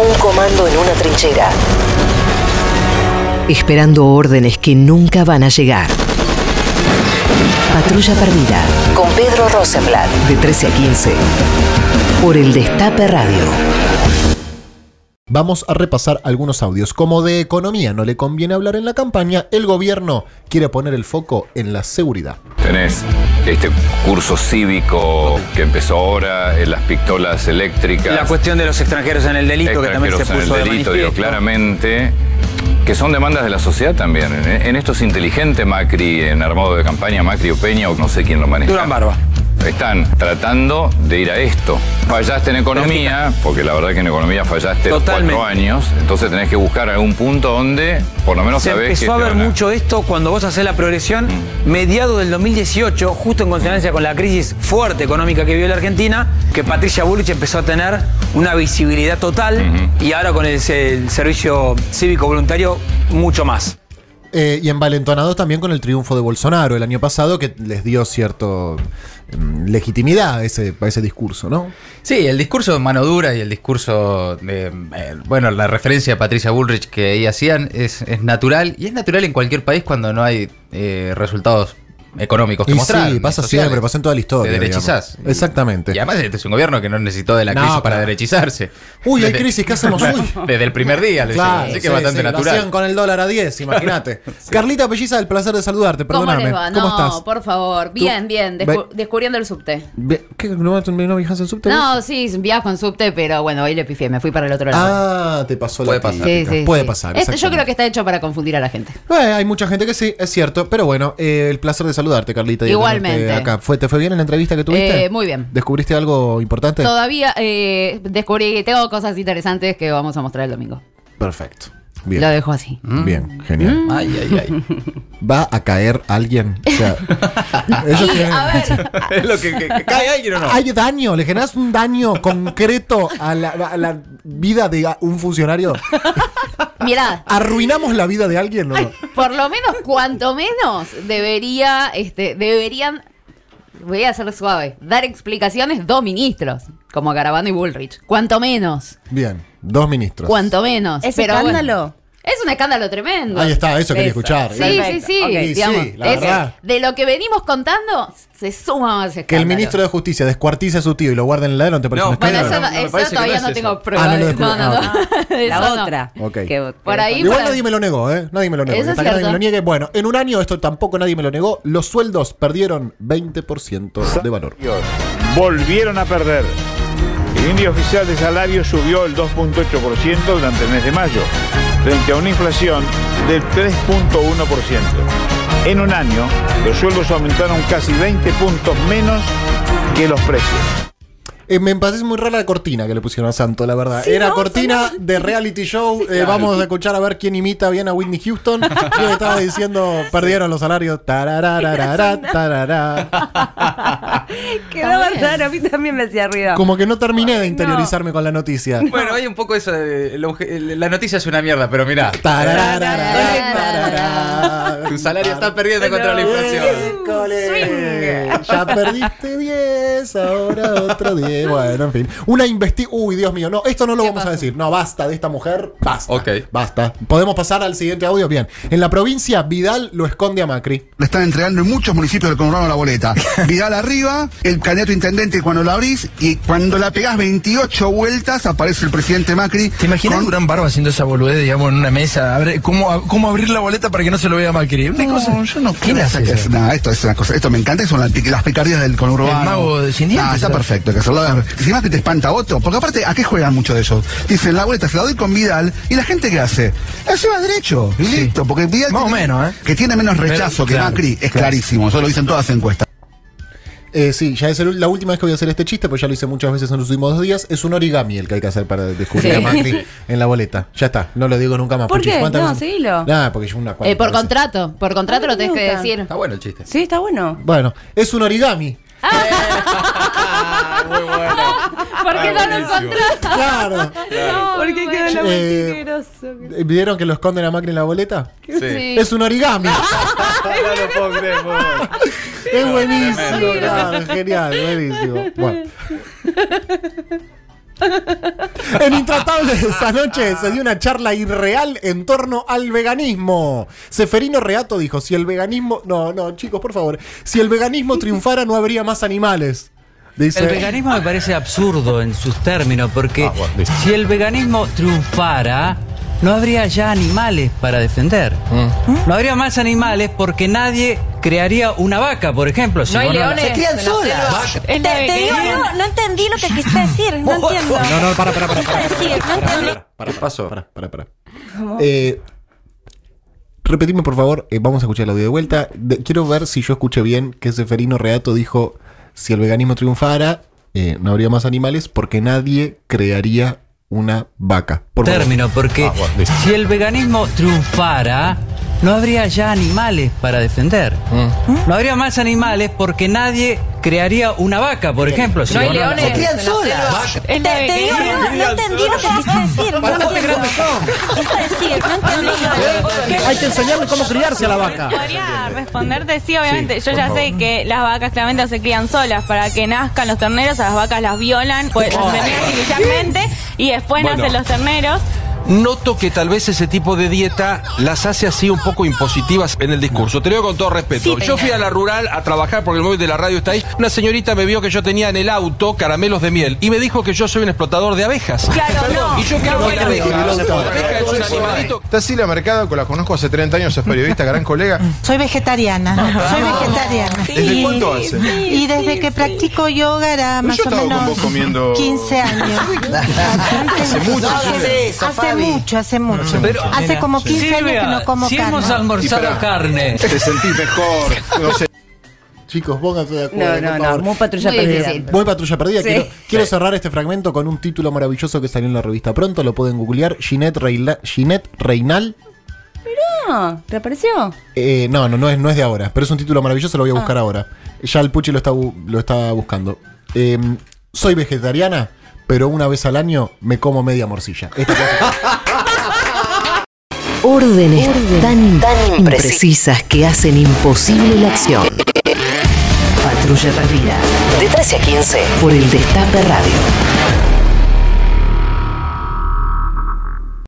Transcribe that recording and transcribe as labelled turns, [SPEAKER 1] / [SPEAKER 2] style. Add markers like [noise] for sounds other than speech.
[SPEAKER 1] un comando en una trinchera.
[SPEAKER 2] Esperando órdenes que nunca van a llegar. Patrulla perdida.
[SPEAKER 1] Con Pedro Rosenblatt.
[SPEAKER 2] De 13 a 15. Por el Destape Radio.
[SPEAKER 3] Vamos a repasar algunos audios. Como de economía no le conviene hablar en la campaña, el gobierno quiere poner el foco en la seguridad.
[SPEAKER 4] Tenés este curso cívico que empezó ahora, en las pistolas eléctricas.
[SPEAKER 5] La cuestión de los extranjeros en el delito, que también se
[SPEAKER 4] Extranjeros en el
[SPEAKER 5] puso de
[SPEAKER 4] delito, digo,
[SPEAKER 5] manifiesto.
[SPEAKER 4] claramente, que son demandas de la sociedad también. En, en esto es inteligente Macri, en armado de campaña, Macri o Peña, o no sé quién lo maneja.
[SPEAKER 5] Durán Barba.
[SPEAKER 4] Están tratando de ir a esto. Fallaste en economía, porque la verdad que en economía fallaste los
[SPEAKER 5] Totalmente.
[SPEAKER 4] cuatro años, entonces tenés que buscar algún punto donde por lo menos
[SPEAKER 5] se
[SPEAKER 4] sabés que
[SPEAKER 5] empezó a
[SPEAKER 4] te Mm.
[SPEAKER 5] ver
[SPEAKER 4] van a-
[SPEAKER 5] mucho esto cuando vos hacés la progresión mediados del 2018, justo en consonancia con la crisis fuerte económica que vivió la Argentina, que Patricia Bullrich empezó a tener una visibilidad total y ahora con el, el servicio cívico voluntario mucho más.
[SPEAKER 3] Eh, y envalentonados también con el triunfo de Bolsonaro el año pasado, que les dio cierto mm, legitimidad a ese, a ese discurso, ¿no?
[SPEAKER 6] Sí, el discurso de mano dura y el discurso de. eh, bueno, la referencia a Patricia Bullrich que ahí hacían es, es natural y es natural en cualquier país cuando no hay eh, resultados económicos que
[SPEAKER 3] Y
[SPEAKER 6] mostrar.
[SPEAKER 3] sí,
[SPEAKER 6] ni
[SPEAKER 3] pasa
[SPEAKER 6] sociales.
[SPEAKER 3] siempre, pasa en toda la historia,
[SPEAKER 6] Te derechizás.
[SPEAKER 3] digamos. Exactamente.
[SPEAKER 6] Y además este es un gobierno que no necesitó de la
[SPEAKER 3] No,
[SPEAKER 6] crisis para
[SPEAKER 3] claro.
[SPEAKER 6] derechizarse.
[SPEAKER 3] Uy, hay
[SPEAKER 6] Desde-
[SPEAKER 3] crisis, ¿qué hacemos hoy?
[SPEAKER 6] [laughs] Desde el primer día, lo hicieron, así que
[SPEAKER 3] sí,
[SPEAKER 6] es bastante
[SPEAKER 3] sí, lo
[SPEAKER 6] natural.
[SPEAKER 3] hacían con el dólar a 10,
[SPEAKER 6] [laughs]
[SPEAKER 3] imagínate. Carlita Pelliza, el placer de saludarte,
[SPEAKER 7] ¿Cómo
[SPEAKER 3] perdóname.
[SPEAKER 7] les va?
[SPEAKER 3] ¿Cómo
[SPEAKER 7] no,
[SPEAKER 3] estás?
[SPEAKER 7] por favor. Bien, bien. descu-
[SPEAKER 3] Ve-
[SPEAKER 7] descubriendo el subte.
[SPEAKER 3] Ve- ¿Qué? ¿No, no viajas en subte? vos?
[SPEAKER 7] No, sí, viajo en subte, pero bueno, hoy le pifié, me fui para el otro lado.
[SPEAKER 3] Ah, te pasó
[SPEAKER 6] Puede
[SPEAKER 3] la
[SPEAKER 6] pasar.
[SPEAKER 3] típica. Puede pasar.
[SPEAKER 7] Es- Este, yo
[SPEAKER 3] exactamente.
[SPEAKER 7] creo que está hecho para confundir a la gente.
[SPEAKER 3] Eh, hay mucha gente que sí, es cierto. Pero bueno, eh, el placer de saludarte, Carlita. y de
[SPEAKER 7] Igualmente.
[SPEAKER 3] tenerte Acá. ¿Fue, ¿Te fue bien en la entrevista que tuviste?
[SPEAKER 7] Eh, muy bien.
[SPEAKER 3] ¿Descubriste algo importante?
[SPEAKER 7] Todavía eh, descubrí que tengo cosas interesantes que vamos a mostrar el domingo.
[SPEAKER 3] Perfecto. Bien.
[SPEAKER 7] Lo dejo así.
[SPEAKER 6] Mm.
[SPEAKER 3] Bien, genial.
[SPEAKER 6] Ay, ay, ay.
[SPEAKER 3] ¿Va a caer alguien? O
[SPEAKER 7] [laughs]
[SPEAKER 3] sea, ellos
[SPEAKER 7] Mm. Y,
[SPEAKER 3] tienen-
[SPEAKER 7] a ver,
[SPEAKER 6] es lo que, que- que cae alguien o no.
[SPEAKER 3] Hay daño, le generas un daño concreto a la, a la vida de un funcionario.
[SPEAKER 7] mirá,
[SPEAKER 3] ¿Arruinamos la vida de alguien? o no?
[SPEAKER 7] [laughs] por lo menos, cuanto menos, debería, este, deberían, voy a ser suave, dar explicaciones dos ministros, como Garabano y Bullrich. Cuanto menos.
[SPEAKER 3] Bien, dos ministros.
[SPEAKER 7] Cuanto menos.
[SPEAKER 8] ¿Es
[SPEAKER 7] pero
[SPEAKER 8] escándalo?
[SPEAKER 7] bueno. es un escándalo tremendo.
[SPEAKER 3] Ahí está, eso quería escuchar.
[SPEAKER 7] Sí,
[SPEAKER 8] Perfecto.
[SPEAKER 7] sí, sí.
[SPEAKER 8] Ok.
[SPEAKER 3] Y sí,
[SPEAKER 7] digamos,
[SPEAKER 3] la
[SPEAKER 7] es-
[SPEAKER 3] verdad.
[SPEAKER 7] de lo que venimos contando, se suma más escándalo.
[SPEAKER 3] Que el ministro de Justicia descuartice a su tío y lo guarde en el ladrón, ¿te parece
[SPEAKER 6] No,
[SPEAKER 3] un
[SPEAKER 7] Bueno,
[SPEAKER 3] escándalo?
[SPEAKER 7] eso, no-
[SPEAKER 6] No, me
[SPEAKER 7] eso
[SPEAKER 6] parece que
[SPEAKER 7] todavía
[SPEAKER 6] no
[SPEAKER 7] no,
[SPEAKER 6] es
[SPEAKER 7] tengo
[SPEAKER 6] eso.
[SPEAKER 7] pruebas.
[SPEAKER 3] Ah, no lo
[SPEAKER 7] no, no,
[SPEAKER 3] descubrí.
[SPEAKER 7] no. [laughs] Eso
[SPEAKER 8] La
[SPEAKER 7] no.
[SPEAKER 8] otra.
[SPEAKER 3] Ok.
[SPEAKER 8] que-
[SPEAKER 7] Por ahí-
[SPEAKER 3] Igual
[SPEAKER 7] para-
[SPEAKER 3] nadie me lo negó, ¿eh? Nadie me lo negó.
[SPEAKER 7] Eso es
[SPEAKER 3] Para que nadie
[SPEAKER 7] cierto.
[SPEAKER 3] me lo niegue. Bueno, en un año, esto tampoco nadie me lo negó, los sueldos perdieron 20% de valor.
[SPEAKER 9] volvieron a perder. El índice oficial de salario subió el 2.8% durante el mes de mayo, frente a una inflación del 3.1%. En un año, los sueldos aumentaron casi 20 puntos menos que los precios.
[SPEAKER 3] Eh, me parece muy rara la cortina que le pusieron a Santo, la verdad. Era cortina de reality show. eh, Vamos a escuchar a ver quién imita bien a Whitney Houston. Yo le estaba diciendo, perdieron los salarios. Tararararara, tarará.
[SPEAKER 8] Quedó
[SPEAKER 7] También.
[SPEAKER 8] bárbaro, a mí también me hacía ruido.
[SPEAKER 3] Como que no terminé de interiorizarme con la noticia.
[SPEAKER 6] [laughs] Bueno, hay un poco eso de. lo- La noticia es una mierda, pero mirá.
[SPEAKER 3] Tararararara, tarará.
[SPEAKER 6] Tu salario está perdiendo contra la
[SPEAKER 8] Eh,
[SPEAKER 6] inflación.
[SPEAKER 3] École. Ya perdiste 10, ahora otro 10. Bueno, en fin. Una investi... Uy, Dios mío. No, esto no lo vamos a decir. No, basta de esta mujer. Basta.
[SPEAKER 6] Ok.
[SPEAKER 3] Basta. Podemos pasar al siguiente audio. Bien. En la provincia, Vidal lo esconde a Macri.
[SPEAKER 10] Le están entregando en muchos municipios del conurbano la
[SPEAKER 11] [laughs]
[SPEAKER 10] boleta. Vidal arriba, el candidato intendente cuando la abrís y cuando la pegás 28 vueltas aparece el presidente Macri.
[SPEAKER 11] ¿Te imaginas
[SPEAKER 10] con-
[SPEAKER 11] Durán Barba haciendo esa boludez, digamos, en una mesa? Abre- ¿Cómo, ab- cómo abrir la boleta para que no se lo vea Macri? Una
[SPEAKER 10] No,
[SPEAKER 11] cosa-
[SPEAKER 10] yo no
[SPEAKER 11] ¿Quién
[SPEAKER 10] creo
[SPEAKER 11] hace
[SPEAKER 10] que
[SPEAKER 11] eso?
[SPEAKER 10] es- nada, esto es una cosa. Esto me encanta, que son las, pic- las picardías del conurbano.
[SPEAKER 11] El mago de sin dientes,
[SPEAKER 10] Nah, está
[SPEAKER 11] ¿sabes?
[SPEAKER 10] perfecto, hay que hacerlo. A ver, Si Macri te espanta a otro, porque aparte, ¿a qué juegan muchos de ellos? Dicen, la boleta se la doy con Vidal, y la gente, ¿qué hace? La lleva derecho, y listo, porque Vidal.
[SPEAKER 11] Más o
[SPEAKER 10] tiene-
[SPEAKER 11] menos, ¿eh?
[SPEAKER 10] Que tiene menos rechazo que
[SPEAKER 11] claro,
[SPEAKER 10] Macri, es
[SPEAKER 11] claro.
[SPEAKER 10] clarísimo, eso lo dicen todas las encuestas.
[SPEAKER 3] Eh, sí, ya es el- la última vez que voy a hacer este chiste, pues ya lo hice muchas veces en los últimos dos días. Es un origami el que hay que hacer para descubrir
[SPEAKER 7] Sí.
[SPEAKER 3] a
[SPEAKER 8] [laughs]
[SPEAKER 3] Macri en la boleta. Ya está, no lo digo nunca más.
[SPEAKER 8] ¿Por
[SPEAKER 3] puchis.
[SPEAKER 8] qué?
[SPEAKER 3] ¿Cuántas
[SPEAKER 8] No,
[SPEAKER 3] veces?
[SPEAKER 8] seguilo.
[SPEAKER 3] Nah, porque yo una cuanta
[SPEAKER 7] Eh, por
[SPEAKER 3] veces.
[SPEAKER 7] contrato, por contrato
[SPEAKER 8] A mí
[SPEAKER 7] lo
[SPEAKER 8] me
[SPEAKER 7] tenés que
[SPEAKER 8] gusta.
[SPEAKER 7] decir.
[SPEAKER 6] Está bueno el chiste.
[SPEAKER 8] Sí, está bueno.
[SPEAKER 3] Bueno, es un origami.
[SPEAKER 6] Muy bueno.
[SPEAKER 7] ¿Por qué no lo encontrás?
[SPEAKER 3] Ah,
[SPEAKER 8] [laughs]
[SPEAKER 3] Claro.
[SPEAKER 8] ¿Por
[SPEAKER 7] [laughs]
[SPEAKER 8] qué quedó la
[SPEAKER 3] Eh, ¿Vieron que lo esconden a Macri en la boleta?
[SPEAKER 6] Sí.
[SPEAKER 3] Es un origami.
[SPEAKER 6] No lo puedo creer, muy bueno.
[SPEAKER 3] es buenísimo,
[SPEAKER 6] tremendo,
[SPEAKER 3] claro, genial, buenísimo. Bueno. En Intratables esa noche se dio una charla irreal en torno al veganismo. Seferino Reato dijo, si el veganismo... No, no, chicos, por favor. Si el veganismo triunfara no habría más animales. Dice,
[SPEAKER 5] El veganismo me parece absurdo en sus términos, porque si el veganismo triunfara, no habría ya animales para defender. No habría más animales porque nadie crearía una vaca, por ejemplo. si
[SPEAKER 10] No hay
[SPEAKER 5] vos la-
[SPEAKER 10] leones Se crían en la solas. selva.
[SPEAKER 5] Vaca.
[SPEAKER 10] Te, te digo, no, no entendí lo que quisiste decir. No entiendo.
[SPEAKER 3] [laughs] No, no, para, para, para.
[SPEAKER 10] ¿Qué quisiste decir? No entendí.
[SPEAKER 3] ¿Qué pasó? Para,
[SPEAKER 12] [laughs]
[SPEAKER 3] para, para. Eh, repetime, por favor. eh, vamos a escuchar el audio de vuelta. De- quiero ver si yo escuché bien que Seferino Reato dijo: si el veganismo triunfara, eh, no habría más animales porque nadie crearía una vaca. Por favor. Ah,
[SPEAKER 5] término, porque si el veganismo triunfara, no habría ya animales para defender. No habría más animales porque nadie crearía una vaca, por ejemplo. si
[SPEAKER 10] No hay
[SPEAKER 5] vos la-
[SPEAKER 10] leones.
[SPEAKER 5] Se crían
[SPEAKER 10] en la
[SPEAKER 5] solas.
[SPEAKER 10] selva.
[SPEAKER 5] Vaca.
[SPEAKER 10] Te, te digo, no, no entendí lo que quisiste decir. No
[SPEAKER 5] Bastante
[SPEAKER 10] entendí.
[SPEAKER 5] grandes
[SPEAKER 10] ¿Qué quisiste decir? No entendí.
[SPEAKER 3] Hay que enseñarle cómo criarse a la vaca.
[SPEAKER 7] Podría responderte, sí, obviamente.
[SPEAKER 3] Sí,
[SPEAKER 7] Yo
[SPEAKER 3] por
[SPEAKER 7] ya
[SPEAKER 3] favor.
[SPEAKER 7] sé que las vacas claramente no se crían solas. Para que nazcan los terneros, a las vacas las violan, pues
[SPEAKER 3] Oh.
[SPEAKER 7] las terminan artificialmente y después
[SPEAKER 6] Bueno.
[SPEAKER 7] nacen los terneros.
[SPEAKER 6] Noto que tal vez ese tipo de dieta las hace así un poco impositivas en el discurso. Te lo digo con todo respeto.
[SPEAKER 7] Sí.
[SPEAKER 6] yo fui a la rural a trabajar porque el móvil de la radio está ahí. Una señorita me vio que yo tenía en el auto caramelos de miel y me dijo que yo soy un explotador de abejas. Perdón, Y yo quiero que la abeja. La abeja es un animalito.
[SPEAKER 4] Tassila Mercado, que la conozco hace 30 años, es periodista, gran colega.
[SPEAKER 13] Soy vegetariana, soy vegetariana.
[SPEAKER 4] ¿Desde
[SPEAKER 13] Y-
[SPEAKER 4] cuánto hace?
[SPEAKER 13] Y desde que practico yoga era más
[SPEAKER 4] Pues yo
[SPEAKER 13] o
[SPEAKER 4] estaba con
[SPEAKER 13] menos
[SPEAKER 4] vos comiendo-
[SPEAKER 13] 15 años.
[SPEAKER 4] Hace mucho.
[SPEAKER 13] Hace, hace mucho, hace mucho.
[SPEAKER 5] Pero-
[SPEAKER 13] hace como 15 años que no como
[SPEAKER 5] si
[SPEAKER 13] carne.
[SPEAKER 5] hemos almorzado carne.
[SPEAKER 4] Te sentís mejor. No sé.
[SPEAKER 3] Chicos, pónganse de
[SPEAKER 12] No,
[SPEAKER 3] acuerdo.
[SPEAKER 12] no,
[SPEAKER 3] por
[SPEAKER 12] no,
[SPEAKER 3] favor.
[SPEAKER 12] muy patrulla Muy perdida. difícil.
[SPEAKER 3] Muy patrulla perdida.
[SPEAKER 12] Sí.
[SPEAKER 3] Quiero,
[SPEAKER 12] Sí.
[SPEAKER 3] quiero cerrar este fragmento con un título maravilloso que salió en la revista pronto. Lo pueden googlear. Ginette, Reila- Ginette Reinal.
[SPEAKER 12] Mirá, ¿reapareció?
[SPEAKER 3] Eh, no, no, no es, no es de ahora, pero es un título maravilloso,
[SPEAKER 12] Ah.
[SPEAKER 3] lo voy a buscar ahora. Ya el Puchi lo está, bu- lo está buscando. Eh, soy vegetariana, pero una vez al año me como media morcilla. Este Esta cosa-
[SPEAKER 2] Órdenes, tan,
[SPEAKER 14] tan
[SPEAKER 2] imprecisas que hacen imposible la acción. Patrulla perdida.
[SPEAKER 14] De 13 a 15.
[SPEAKER 2] Por el Destape Radio.